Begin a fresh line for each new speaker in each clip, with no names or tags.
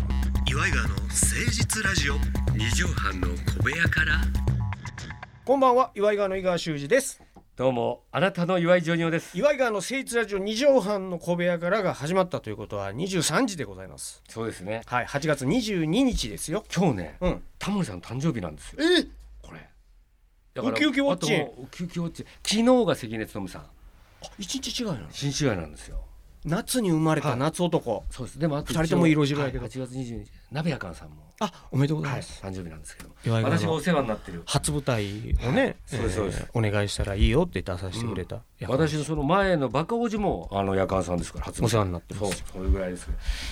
イガーの誠実ラジオ
二畳半の小部屋から
こんばんは岩井川の井川修司です
どうもあなたの岩井ジョニオです
岩井川の誠実ラジオ2畳半の小部屋からが始まったということは23時でございます
そうですね
はい8月22日ですよ
今日ね
うん
タモリさんの誕生日なんですよ
え
これ
ウキウキウォッチ
あともうウキウキウォッチ昨日が関根勤さん
一日違いなの
新種愛なんですよ
夏に生まれた夏男、
そうですでもあと一応
二人とも色白やけど
はい8月22日鍋やかんさんも
あおめでとうござい
はい
ます、
誕生日なんですけど
岩井川の
私がお世話になってる
初舞台をね、
そうですそうです
お願いしたらいいよって出させてくれた、やから
私のその前のバカおじもあの夜間さんですから初
お世話になってます
そうそれぐらいです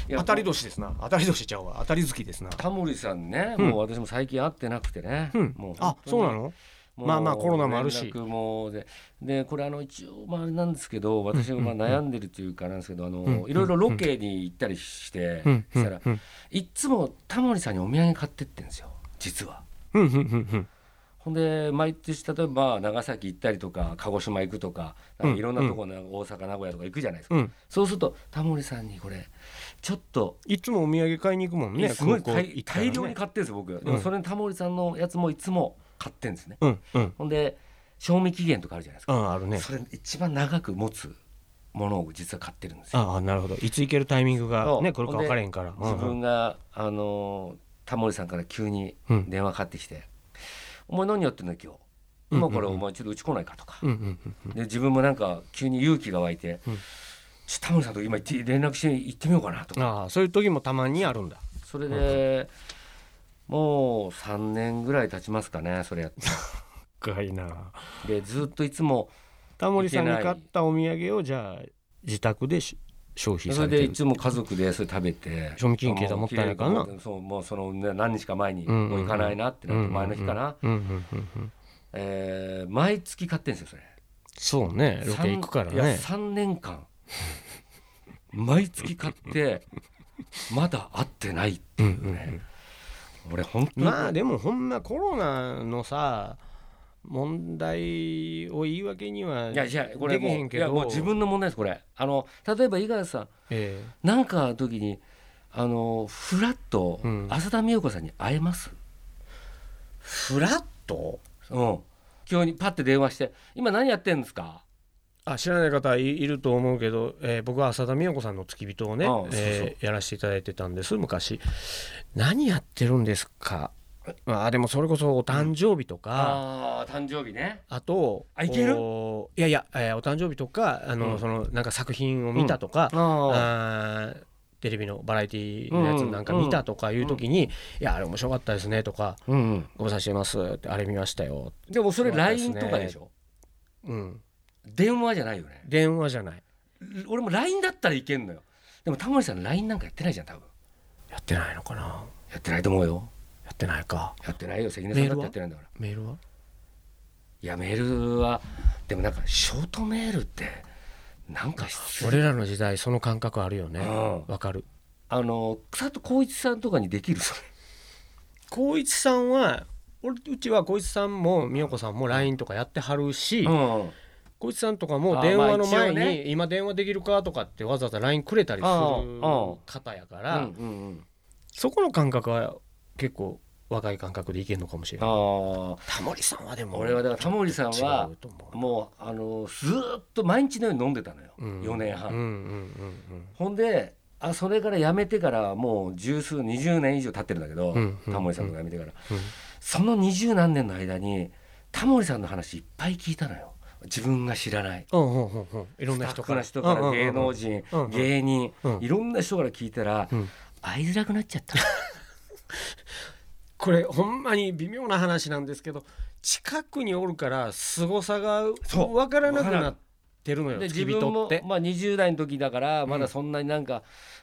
いや
当たり年ですな当たり年ちゃうわ当たり好きですな
タモリさんね、
うん
もう私も最近会ってなくてね、
うん
もう
あ
本当に
そうなの
もう
まあまあコロナもあるし
連絡もででこれあの一応まああれなんですけど私がまあ悩んでるというかなんですけどあ
うん
のいろいろロケに行ったりして
うんう
し
ん
たら
うん
いっつもタモリさんにお土産買ってってんですよ実は。
うんうんうん
ほんで毎年例えば長崎行ったりとか鹿児島行くとかなんかいろんなとこな大阪名古屋とか行くじゃないですか、
うん
そうするとタモリさんにこれちょっと
いつもお土産買いに行くもんね
すごい
空港
大,、
行ったらね
大量に買ってるんですよ僕、でもそれにタモリさんのやつもいつも買ってるんですね
うんうん
ほんで賞味期限とかあるじゃないですか、
ああるね
それ一番長く持つものを実は買ってるんですよ
ああなるほどいつ行けるタイミングが
そう
ね来るか分からへんから
自分があのータモリさんから急に
うん
電話かかってきて「お前何やってんだ今日今からお前ちょっとうち来ないか」とか
うんうんうん
で自分もなんか急に勇気が湧いて
うん
「ちょっとタモリさんと今行って連絡して行ってみようかな」とか
ああそういう時もたまにあるんだ
それでもう3年ぐらい経ちますかねそれやって
かいな
でずっといつも
タモリさんに
行けな
買
い
ったお土産をじゃあ自宅でし消費
そ
さ
れ
れて
で
る
いつも家族でそれ食べて
賞味期限切れたらもったいないからな
そうもうそのね何日か前に
うんうんうん
もう行かないなってなって前の日かな
うんうんうんうん
えー毎月買ってんですよそれ
そうねロケ行くから
いや
ね
3年間毎月買ってまだ会ってないっていう
うんうん
ね俺本当に
まあでもほんまコロナのさ問題を言い訳にはい
やいやこれ
できへ
も
ん
う
け
い
ど
やもう自分の問題ですこれあの例えば井川さん
え
なんかの時にあのフラッと
うん
浅田美代子さんに会えます、
フラット
うん、急にパッて電話して「今何やってんですか?
あ知らない方いいると思うけど、えー僕は浅田美代子さんの付き人をね
ああそうそう
えーやらせていただいてたんです昔何やってるんですかまあでもそれこそお誕生日と」か、
ああ誕生日ね
あと
あいける
おいやいや、えーお誕生日とかあの、
うん
そのなんか作品を見たとか、
あ
あーテレビのバラエティのやつなんか見たとかいう時に「いやあれ面白かったですね」とか
あうんうん
「ご無沙汰してます」って「あれ見ましたよ
でもそれ
そうです
LINE
ね
とかでしょ」
うん
電話じゃないよね
電話じゃない
俺も LINE だったらいけんのよでもタモリさん LINE なんかやってないじゃん多分
やってないのかな
やってないと思うよ
やってないか
やってないよ関根さんだってやってないんだから
メールはい
やメールはでもなんかショートメールってなんか失礼
俺らの時代その感覚あるよね
うん
わかる
あの草戸浩一さんとかにできるそれ
光一さんは俺うちは光一さんも美代子さんも LINE とかやってはるし光
ん
一さんとかも
あ
電話の
まあ一
前
応ね
に「今電話できるか?」とかってわざわざ LINE くれたりする方やか
う
ら
んうんうん
そこの感覚は結構若い感覚でいけるのかもしれない
ああ
タモリさんはでも
俺はだからタモリさんは
違うと思う
もうあのずーっと毎日のように飲んでたのよ、
うん
4年半、
うんうん
ほんであそれから辞めてからもう十数20年以上経ってるんだけど、
うんうんうん
タモリさんとか辞めてから、
うん
その二十何年の間にタモリさんの話いっぱい聞いたのよ自分が知らない
うんうんうんうんうんいろんな
スタッフ
人か
の
ら
人から芸能
人
人、
うんうん
芸人、
うん
いろんな人から聞いたら、
うん
会いづらくなっちゃった
これほんまに微妙な話なんですけど近くにおるから凄さが
そう
分からなくなってるのよ
で
付
自分
き人っ
も
て、
まあ、20代の時だからまだそんなになんか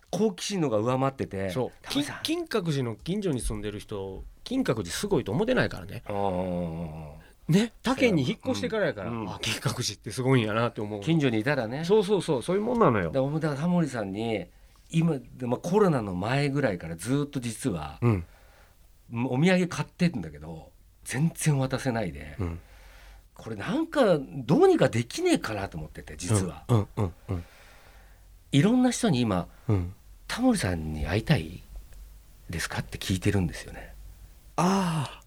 好奇心の方が上回ってて、
そう
タモリさん
金金閣寺の近所に住んでる人金閣寺すごいと思ってないからね
うん
ね他県に引っ越してからやから、
うん
あ金閣寺ってすごいんやなって思う
近所にいたらね
そうそうそうそういうもんなのよ
で俺もだからタモリさんに今、でまあ、コロナの前ぐらいからずっと実は
うん
お土産買ってんだけど全然渡せないで、
うん
これなんかどうにかできねえかなと思ってて実は、
うんうんうん
いろんな人に今
うん
タモリさんに会いたいですかって聞いてるんですよね。
ああ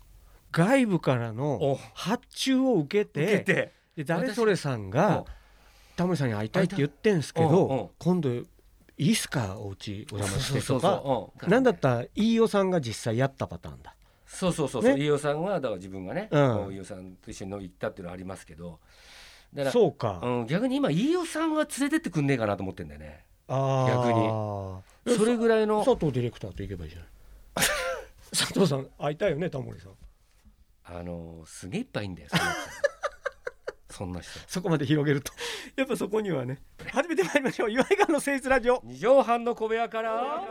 外部からの
お
発注を受けて
受けて
で誰それさんが
お
タモリさんに会いたいって言ってんすけ
おうおう
ど今度いいっすかお家お邪魔してとか
そう
なんだったら飯尾さんが実際やったパターンだ
そうそうそうそう、
ね
飯尾さんはだから自分がね、
うん
飯尾さんと一緒に行ったっていうのはありますけどだから
そうか、
う、ん、逆に今飯尾さんが連れてってくんねえかなと思ってんだよね
あー
それぐらいの
佐藤ディレクターと行けばいいじゃない 佐藤さん会いたいよねタモリさん
あのすげえいっぱいいんだよそんな人そんな人
そこまで広げると やっぱそこにはね初めて参りましょう岩井川の誠実ラジオ
二畳半の小部屋から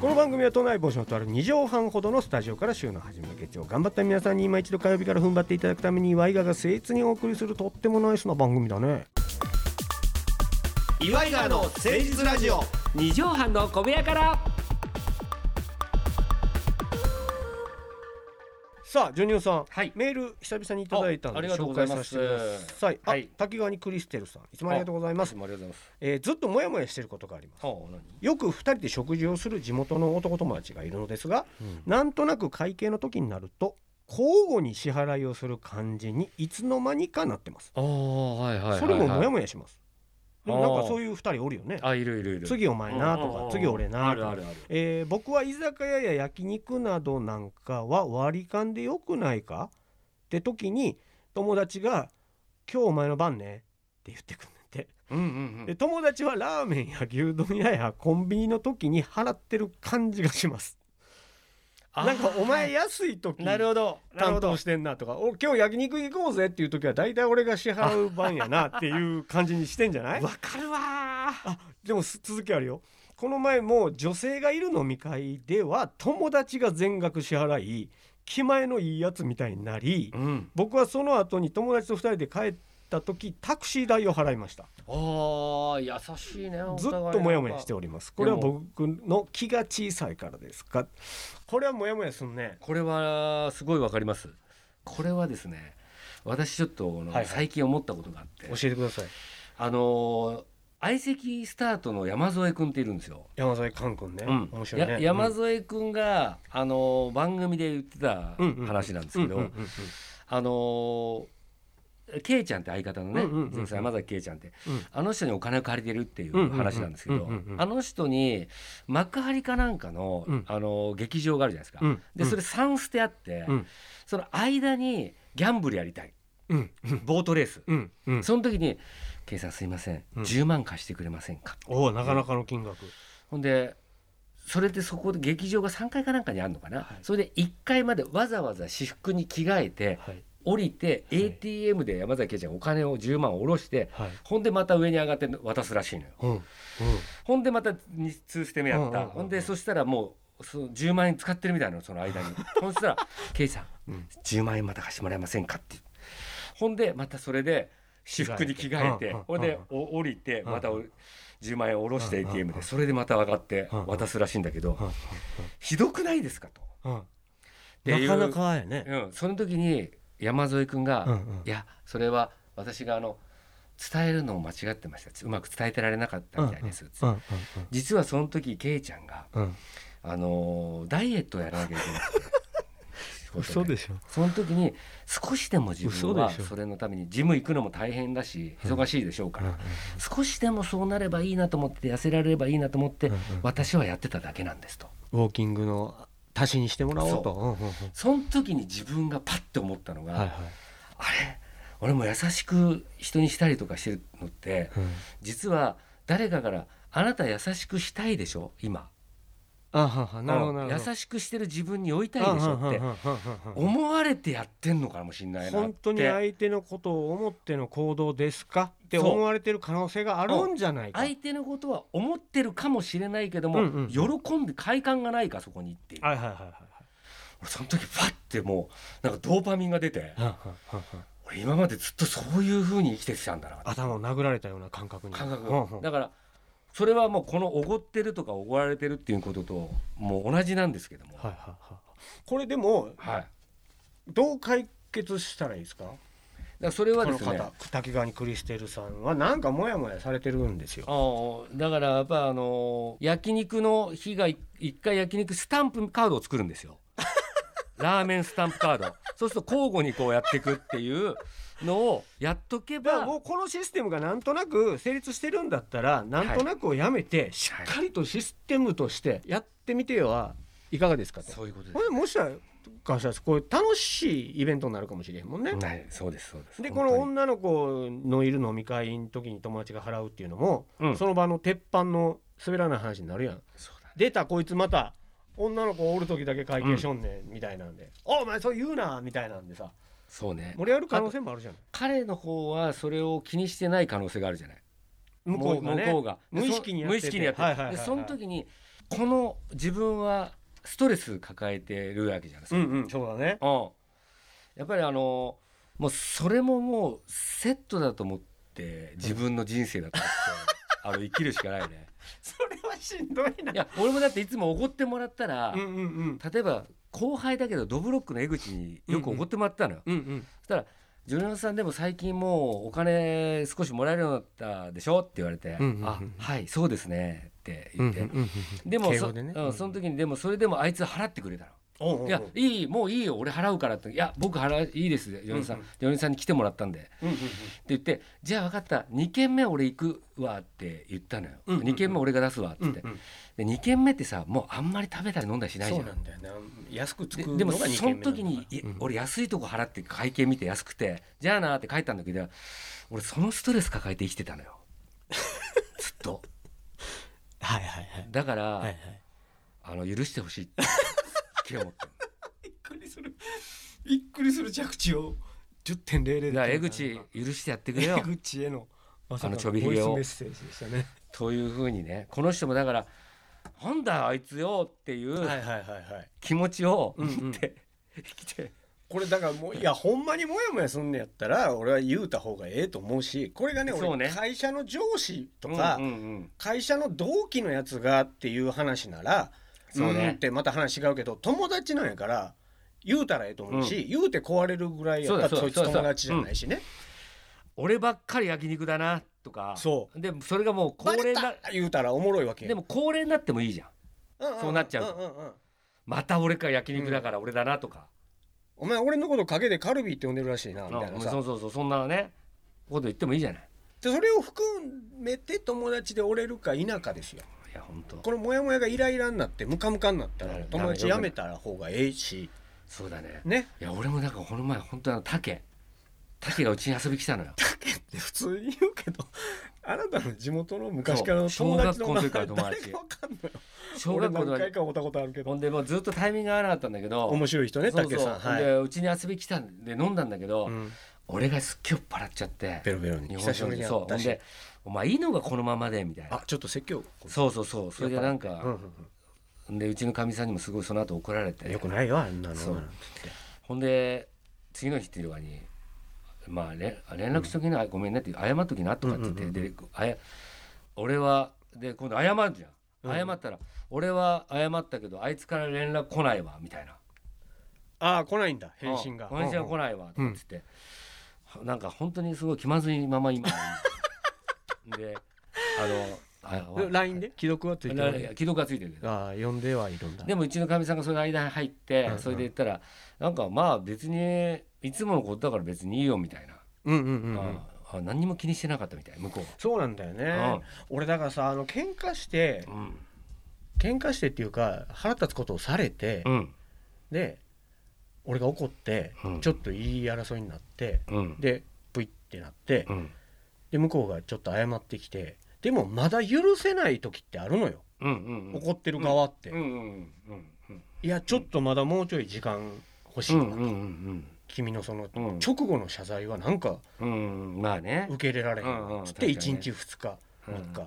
この番組は都内某所のとある2畳半ほどのスタジオから週の初めの月曜頑張った皆さんに今一度火曜日から踏ん張っていただくために岩井川が誠実にお送りするとってもナイスな番組だね
岩井川の誠実ラジオ
二畳半の小部屋から
さあジョニオさん、
はい
メール久々にいただいた
あ
の
あ
で
りがとう
紹
ござ
介
いま
さ
す
せてくださいあ、
はい
滝川にクリステルさんいつもありがとうございま
ますず、もありがとうございます
えーずっともやもやしてることがあります
あ何
よく2人で食事をする地元の男友達がいるのですが、
うん
なんとなく会計の時になると交互に支払いをする感じにいつの間にかなってます、
ああはいはいはい、はい、
それもモヤモヤしますでもなんかそういう2人おるよね
あいるいるいる
次お前なと
うんうんう
か
ん
次俺な
あ
と
るあ
か
るある
えー僕は居酒屋や焼肉などなんかは割り勘でよくないかって時に友達が「今日お前の番ね」って言ってくんねんて
うんうんう
で
ん
友達はラーメンや牛丼屋やコンビニの時に払ってる感じがします
あー
なんかお前安い時
なるほどなる
担
ほ
当
ど
してんなとかお今日焼肉行こうぜっていう時は大体俺が支払う番やなっていう感じにしてんじゃない
わかるわー
あでもす続きあるよこの前も女性がいる飲み会では友達が全額支払い気前のいいやつみたいになり
うん
僕はその後に友達と2人で帰った時タクシー代を払いました
ああ優しいね
ずっとモヤモヤしておりますこれは僕の気が小さいからですかこれはモヤモヤすんね
これはすごいわかりますこれはですね私ちょっとあの、
はいはい
最近思ったことがあって
教えてください
あのー相席スタートの山添君っているんですよ、
山添寛君ね、
うん
面白いね
や山添君が、あのー番組で言ってた
うんうん
話なんです
うん
けど、
うんうんうん
あのーケイちゃんって相方のね
うんうんうんうん
前妻山崎ケイちゃんって
うん
あの人にお金を借りてるってい
うんうん
う
うん
話なんですけ
うん
ど
うんうん
あの人に幕張かなんかの
うん
あのー劇場があるじゃないです
う
か
ん
でそれ3捨てあって
うん
その間にギャンブルやりたい
うんうん
ボートレース
うんうん
その時に「ケイさんすいません
うん
10万貸してくれませんか?
おおなかなかの金額」
ほんでそれでそこで劇場が3階かなんかにあるのかな
はい
それで1階までわざわざ私服に着替えて
はい
降りて
い
ATM で山崎圭ちゃんがお金を10万を下ろして
はい
ほんでまた上に上がって渡すらしいのよ
うんうん
ほんでまた2捨て目やっ
うんうんうん
た
うん
ほんでそしたらもうその10万円使ってるみたいなのその間 にほんしたら「圭さん
うん
10万円また貸してもらえませんか?」ってほんでまたそれで私服に着替え
うん
て
うんうん
ほんでお降りて
うん
またお10万円下ろして
うんうんうん
ATM でそれでまた上がって
うんうん
渡すらしいんだけど
うん
「ひどくないですか?」と。
うんうんなかなかやね
うん、その時に山添君が「
うんうん
いやそれは私があの伝えるのを間違ってましたつうまく伝えてられなかったみたいです」つって
うんうん
実はその時ケイちゃんが、
うんうん
あのーダイエットをやらなきゃいけなくて仕事
嘘でしょ
その時に少しでも自分は
嘘でしょ
それのためにジム行くのも大変だし忙しいでしょうから、
うんうん
少しでもそうなればいいなと思って痩せられればいいなと思って、
うんうん
私はやってただけなんですと
ウォーキングの足しにしてもらおうと
そ
うんうんうん
その時に自分がパッて思ったのが、
はいはい
あれ俺も優しく人にしたりとかしてるのって
うん
実は誰かから「あなた優しくしたいでしょ今
あははなるほどなるほど
優しくしてる自分に追いたいでしょ」って
て
思われてやってんのかもしれないなって
本当に相手のことを思っての行動ですかって
そう
思われてる可能性があるんじゃないか
相手のことは思ってるかもしれないけども、
うんうん
喜んで快感がないかそこにっていう
はいはいはいはい
俺その時ファッてもうなんかドーパミンが出て
うんうんうんうん
俺今までずっとそういう風に生きてきたんだなって
頭を殴られたような感覚に
感覚
うんうん
だからそれはもうこのおごってるとかおごられてるっていうことともう同じなんですけども、
はいはいはいこれでも
はい、
どう解決したらいいですか
だからそれは
こ
で
の
すね
方滝川にクリステルさんはなんかモヤモヤされてるんですよ
ああだからやっぱあのー焼肉の日がい一回焼肉スタンプカードを作るん ですよラーメンスタンプカードそうすると交互にこうやっていくっていうのをやっとけ
だから
ば
もうこのシステムがなんとなく成立してるんだったらなんとなくをやめてしっかりとシステムとしてやってみてはいかがですかと
そういうことで
これもしかしたらこう楽しいイベントになるかもしれへんもんね。
す、はい、そうですそうです
でこ
本当
の
に
女の子のいる飲み会の時に友達が払うっていうのも、
うん
その場の鉄板の滑らない話になるやん
そうだ
出たこいつまた女の子おる時だけ会計しょんねんみたいなんで「おお前そう言うな」みたいなんでさ
そうね
盛り上がる可能性もあるじゃん
彼の方はそれを気にしてない可能性があるじゃない
向こうがね
向こうがで
無意識にやって
無意
て
識にやってて
はいはいはいはい
でその時にこの自分はストレス抱えてるわけじゃないですか、
うんうんそうだね
うんやっぱりあのもうそれももうセットだと思って自分の人生だと思 って、あの生きるしかないね
それはしんどいない
や俺もだっていつもおごってもらったら、
うんうんうん
例えば後輩だけどドブロックの江口によくおごってもらったのよ、
うんうん
そしたら「ジュニオさんでも最近もうお金少しもらえるようになったでしょ?」って言われて「
うんうんうん
あはいそうですね」って言って、
うん
でも
敬
そ
語でね
うんその時にでもそれでもあいつ払ってくれたの。
おうおうおう
いやいいもういいよ俺払うからって「いや僕払ういいですジョニーさん、
うんうん
ジョニーさんに来てもらったんで」って
うんうん
言って「じゃあ分かった2軒目俺行くわ」って言ったのよ、
うんうんうん
2軒目俺が出すわって
う
言
ん
って、
うん
で2軒目ってさもうあんまり食べたり飲んだりしないじ
そ
ゃ
うんなんだよな安く
で
作る
で
の
も
が2
その
軒目なんだから
時に、い俺安いとこ払って会計見て安くてじゃあなーって帰ったんだけど俺そのストレス抱えて生きてた のよずっと
はいはいはい
だから、
はい
あの許してほしいってすっげえ思 ってる
びっくりするびっくりする着地を10.00で
だから江口許してやってくれ
江
よ
口へのまさか
あのちょびひげを
ボイスメッセージでしたね
というふうにねこの人もだから「なんだあいつよ」っていう
いはいはいはい
気持ちを
うんうん
持って生きて
これだからもういやほんまにモヤモヤすんのやったら俺は言うた方がええと思うしこれがね
そ
俺
うね
会社の上司と
うん
か、
うんうん
会社の同期のやつがっていう話なら
そうね
んってまた話違うけど友達なんやから言うたらええと思うし、言うて壊れるぐらいやったら
そうだ
そ
そう
い
だ
つ友達じゃないしね
俺ばっかり焼肉だなとか
そう
でそれがもう高
バレ
齢
た
な
言うたらおもろいわけや
でも高齢になってもいいじゃん
んんん
そうなっちゃうん
んん
また俺か焼肉だから俺だなとか、
お前俺のこと陰でカルビーって呼んでるらしいな
う
み
ん
たいな
そ
さ
うそうそうそんなねこと言ってもいいじゃない
でそれを含めて友達で折れるか否かですよ
いや本当
このモヤモヤがイライラになってムカムカになったら
うん
友達やめたら方がええし
そうだね
ね
いや俺もなんかこの前本当あの竹竹がうちに遊び来たのよ
普通に言うけど あなたの地元の昔
そう
からの友達の名前
小学校の時
誰
か
からわ
友達
かんない
小
俺
学校
何
の
回か会ったことあるけ
ほ
ど
んでもうずっとタイミングが合わなかったんだけど
面白い人ね
そう
武
そう
さんはい
でうちに遊び来たんで飲んだんだけど、
うん
俺がすっげえ酔っ払っちゃって
ベロベロに久しぶりに
そう
会っ
ほ
た
ん
し
で「お前いいのがこのままで」みたいな
あちょっと説教
そうそうそうそれでなん
うん
か
うん
でうちのかみさんにもすごいその後怒られ
うん
て
よくないよあんなの
そう
なんて
ほんで次の日っていうかに「まあね連絡しときな、ごめんね」って「謝っときな」とかって言って、
うんうん
であや俺はで今度謝るじゃん謝ったら、俺は謝ったけどあいつから連絡来ないわ」みたいな
ああ来ないんだ返信が
うん返信が来ないわ」とかっつって、なんか本当にすごい気まずいまま今であの
うんうん LINE で既読はついてる
既読がついてるけど
ああ呼んではいるんだ
でもうちのかみさんがその間に入って、
うんうん
それで言ったらなんかまあ別にいつものことだから別にいいよみたいな、
うんうんうんうん
ああ何にも気にしてなかったみたい向こう
そうなんだよね、俺だからさあの喧嘩して
はうん、
喧嘩してっていうか腹立つことをされて、
うん
で俺が怒って、
うん
ちょっと言い争いになって
うん
でプイってなって、
うん
で向こうがちょっと謝ってきてでもまだ許せない時ってあるのよ、
うんうん
怒ってる側って、
うんうんうんうん
いやちょっとまだもうちょい時間欲しい
うん
な、
うんうん
君のその
うん
直後の謝罪はなんか
うんうんまあね
受け入れられへん、
うんうん
つっ
確
て
かにね
1日2日3日、
うん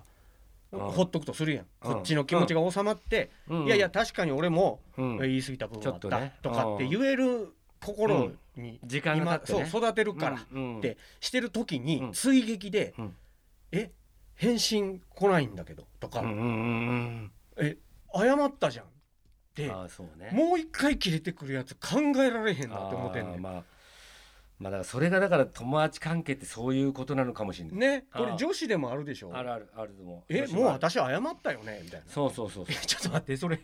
ほっとくとするやん、
うん
こっちの気持ちが収まって、
うん
いやいや確かに俺も
うん
言い過ぎた部分
ちょ
あっ
っと
た
ね
とかって言える心に
時間が経ってね
今そう育てるから
うんうん
ってしてる時
う
に
ん
追撃で
うん
「え返信来ないんだけど」とか「
うんうんうん
え謝ったじゃん」
う
で
んああそうね
もう一回切れてくるやつ考えられへんなって思ってん
あ
ね
ー
ん
まあまあだからそれがだから友達関係ってそういうことなのかもしれない、
ね
あー
これ女子でもあるでしょ
あるあるあると思う
えもう私謝ったよねみたいな
そうそうそうそう
え ちょっと待ってそれ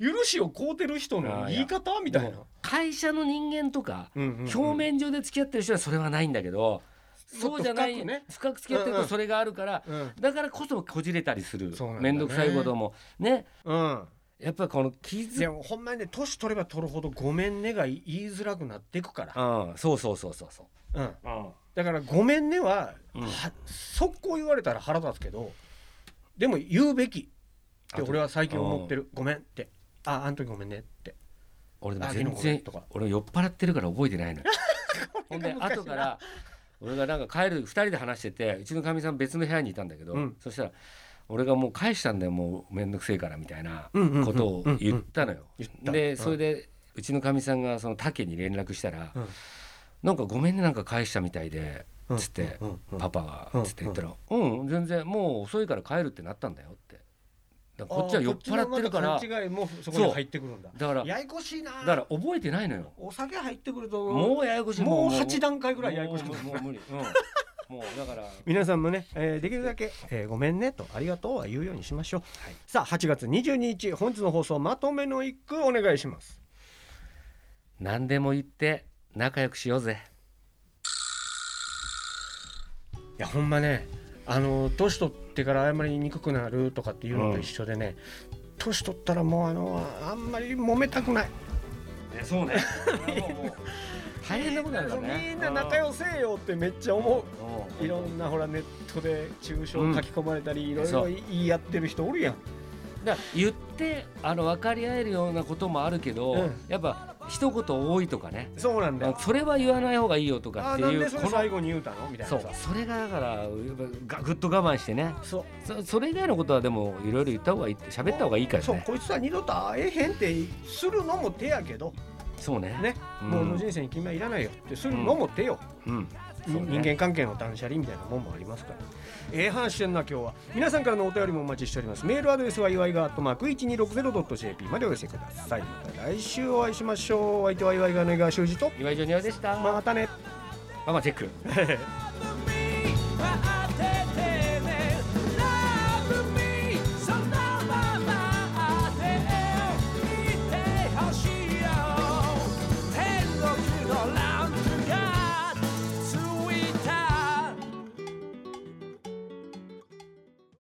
許しを請うてる人の言い方みたいな
もう会社の人間とか、
うんうんうん
表面上で付き合ってる人はそれはないんだけど、
も
そ
っと
うじゃない
深
深
く
く,、
ね
付き合ってる
うんう
と
ん
それがあるから、
うん
だからこそこじれたりする
そうなんだね
面倒、くさいこともね
うん
やっぱこの傷
でもほんまにね年取れば取るほど「ごめんね」が言いづらくなっていくから、
うんそうそうそうそうそう
うん、だから「ごめんねは」
うん
は速攻言われたら腹立つけどでも言うべきって
あと
俺は最近思ってる「ごめん」って「ああの時ごめんね」って
俺でも
あ昨日
全
これ
然
とか
俺酔っ払ってるから覚えてないの よほんで
難しいな
後から俺がなんか帰る2人で話しててうちのかみさん別の部屋にいたんだけど、
うん
そしたら俺がもう返したんだよもう面倒くせえからみたいな
うんうんうん
ことを言ったのよ
うんうん言った。う
で
ん
それでうちのかみさんがその竹に連絡したら
うん
「なんかごめんねなんか返したみたいで」
うん
つって
うん
「
うん
パパが」つって言ったら「うん全然もう遅いから帰るってなったんだよ」って。だからこっちは酔っ払ってるから
あーこっちのまた勘違いもそこに入ってくるんだ
だからだ
ややこしいな
から覚えてないのよ。
お酒入ってくると
もうややこしい
もう8段階ぐらいややこしく
も
な
う
る
もうもう無理、うん、もうだから
皆さんもね、えーできるだけ、えーごめんねとありがとうは言うようにしましょう、さあ8月22日本日の放送まとめの一句お願いします
何でも言って仲良くしようぜ
いやほんまねあの年取ってから謝りにくくなるとかっていうのと一緒でね、年取ったらもうあのあんまり揉めたくない
ねそうね大変なことなんだね
みんな仲良せえよってめっちゃ思う
い
いろ
ろ
んなほらネットで中傷書き込まれたり、いろい
そ
ろ
う
言い合ってる人おるやん
だから言ってあの分かり合えるようなこともあるけど、
うん
やっぱ一言多いとかね
そうなんだよ
それは言わない方がいいよとか
あ
っ
ー
て
ないん
う
でそれ
この
最後に言うたのみたい
そ
な
う
さ
それがだからやっぱがぐっと我慢してね
そう
そそれ以外のことはでもいろいろ言った方がいいって喋った方がいいから
そう
ね
こいつは二度と会えへんってするのも手やけど、
そうね
ね
うん
もう俺の人生に君はいらないよってするのも手よ、
うんそうね
人間関係の断捨離みたいなもんもありますからええ話してんな今日は皆さんからのお便りもお待ちしておりますメールアドレスは祝いがートマーク 1260.jp までお寄せくださいまた来週お会いしましょうお相手は祝いがーの江川修司と
岩井ジョニオでした
またね
ママチェック